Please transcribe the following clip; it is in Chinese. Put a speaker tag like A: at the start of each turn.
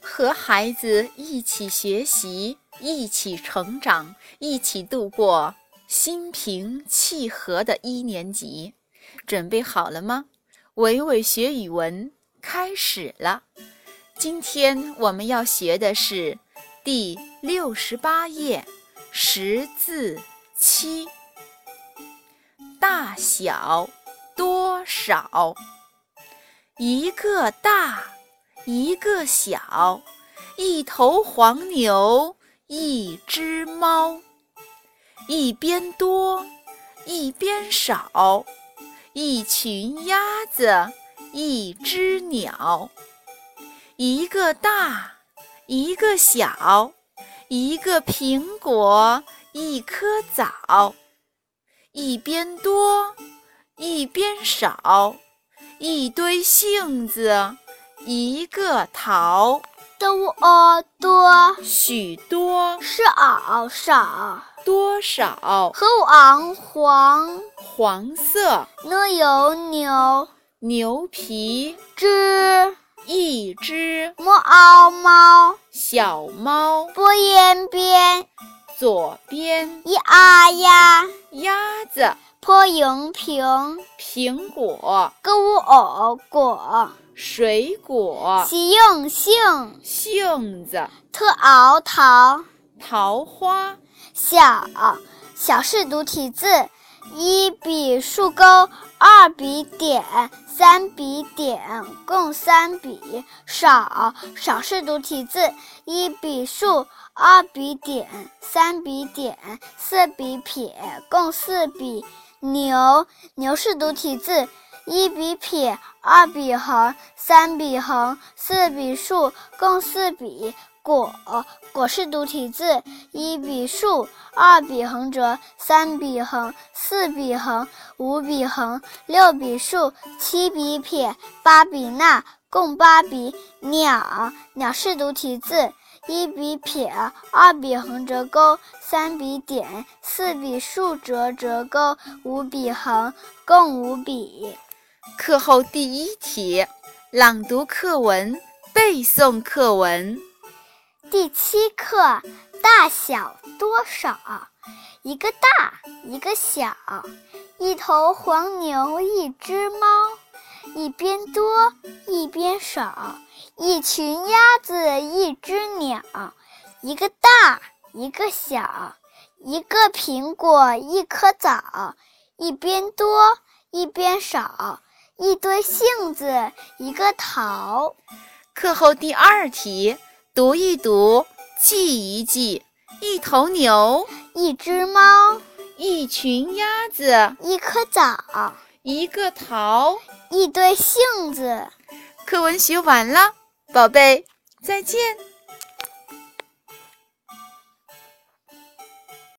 A: 和孩子一起学习，一起成长，一起度过心平气和的一年级。准备好了吗？伟伟学语文开始了。今天我们要学的是第六十八页识字七，大小多少？一个大，一个小，一头黄牛，一只猫，一边多，一边少。一群鸭子，一只鸟，一个大，一个小，一个苹果，一颗枣，一边多，一边少，一堆杏子，一个桃，
B: 都哦多
A: 许多，
B: 是袄少，
A: 多少，
B: 和昂黄
A: 黄色，
B: 呢有牛
A: 牛皮，
B: 只
A: 一只
B: 么凹猫
A: 小猫，
B: 波烟边
A: 左边
B: 一啊呀
A: 鸭子。
B: 坡影平
A: 苹果、
B: 歌舞偶果
A: 水果、
B: 喜应杏
A: 杏子、
B: 特敖桃
A: 桃花、
B: 小小是独体字，一笔竖钩，二笔点，三笔点，共三笔。少少是独体字，一笔竖，二笔点，三笔点，四笔撇，共四笔。牛牛是独体字，一笔撇，二笔横，三笔横，四笔竖，共四笔。果果是独体字，一笔竖，二笔横折，三笔横，四笔横，五笔横，六笔竖，七笔撇，八笔捺，共八笔。鸟鸟是独体字，一笔撇，二笔横折钩，三笔点，四笔竖折折钩，五笔横，共五笔。
A: 课后第一题，朗读课文，背诵课文。
B: 第七课大小多少？一个大，一个小，一头黄牛，一只猫，一边多，一边少，一群鸭子，一只鸟，一个大，一个小，一个苹果，一颗枣，一边多，一边少，一堆杏子，一个桃。
A: 课后第二题，读一读，记一记。一头牛，
B: 一只猫，
A: 一群鸭子，
B: 一颗枣，
A: 一个桃。
B: 一堆杏子。
A: 课文学完了，宝贝，再见。